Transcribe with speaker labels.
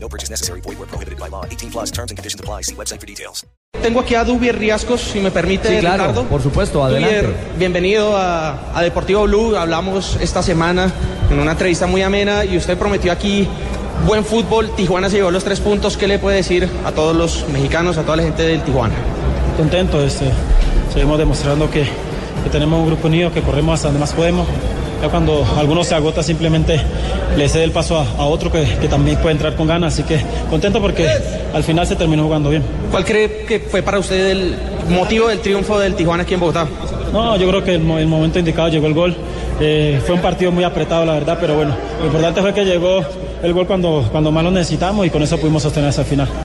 Speaker 1: No purchase necessary. Void where prohibited by law. 18 plus terms and conditions apply. See website for details.
Speaker 2: Tengo aquí a Dubier Riascos, si me permite,
Speaker 3: Sí, claro,
Speaker 2: Ricardo.
Speaker 3: por supuesto, adelante.
Speaker 2: Dubier, bienvenido a, a Deportivo Blue. Hablamos esta semana en una entrevista muy amena y usted prometió aquí buen fútbol. Tijuana se llevó los tres puntos. ¿Qué le puede decir a todos los mexicanos, a toda la gente del Tijuana?
Speaker 4: contento, este, seguimos demostrando que, que tenemos un grupo unido, que corremos hasta donde más podemos. Ya cuando alguno se agota simplemente le cede el paso a, a otro que, que también puede entrar con ganas, así que contento porque al final se terminó jugando bien.
Speaker 2: ¿Cuál cree que fue para usted el motivo del triunfo del Tijuana aquí en Bogotá?
Speaker 4: No, yo creo que el, mo- el momento indicado llegó el gol. Eh, fue un partido muy apretado, la verdad, pero bueno, lo importante fue que llegó el gol cuando, cuando más lo necesitamos y con eso pudimos sostener hasta el final.